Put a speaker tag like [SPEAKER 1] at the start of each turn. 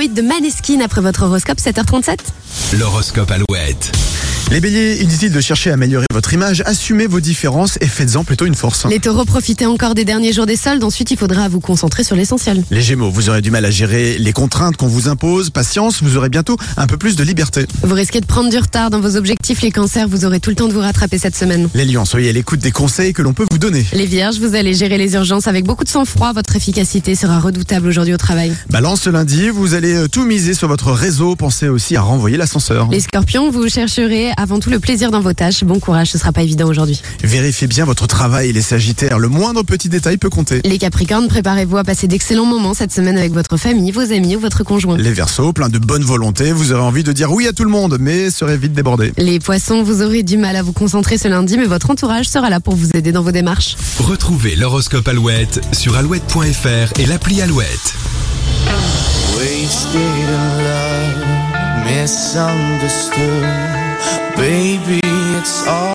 [SPEAKER 1] hit de Maneskin après votre horoscope 7h37.
[SPEAKER 2] L'horoscope Alouette.
[SPEAKER 3] Les béliers, inutile de chercher à améliorer votre image, assumez vos différences et faites-en plutôt une force.
[SPEAKER 1] Les taureaux, profitez encore des derniers jours des soldes, ensuite il faudra vous concentrer sur l'essentiel.
[SPEAKER 3] Les gémeaux, vous aurez du mal à gérer les contraintes qu'on vous impose, patience, vous aurez bientôt un peu plus de liberté.
[SPEAKER 1] Vous risquez de prendre du retard dans vos objectifs, les cancers, vous aurez tout le temps de vous rattraper cette semaine.
[SPEAKER 3] Les lions, soyez à l'écoute des conseils que l'on peut vous donner.
[SPEAKER 1] Les vierges, vous allez gérer les urgences avec beaucoup de sang-froid, votre efficacité sera redoutable aujourd'hui au travail.
[SPEAKER 3] Balance ce lundi, vous allez euh, tout miser sur votre réseau, pensez aussi à renvoyer l'ascenseur.
[SPEAKER 1] Les scorpions, vous chercherez avant tout le plaisir dans vos tâches, bon courage, ce sera pas évident aujourd'hui.
[SPEAKER 3] Vérifiez bien votre travail, les sagittaires, le moindre petit détail peut compter.
[SPEAKER 1] Les capricornes, préparez-vous à passer d'excellents moments cette semaine avec votre famille, vos amis ou votre conjoint.
[SPEAKER 3] Les versos, plein de bonne volonté, vous aurez envie de dire oui à tout le monde, mais serez vite débordé.
[SPEAKER 1] Les poissons, vous aurez du mal à vous concentrer ce lundi, mais votre entourage sera là pour vous aider dans vos démarches.
[SPEAKER 2] Retrouvez l'horoscope Alouette sur alouette.fr et l'appli Alouette.
[SPEAKER 4] Wasted in love, misunderstood. Baby, it's all.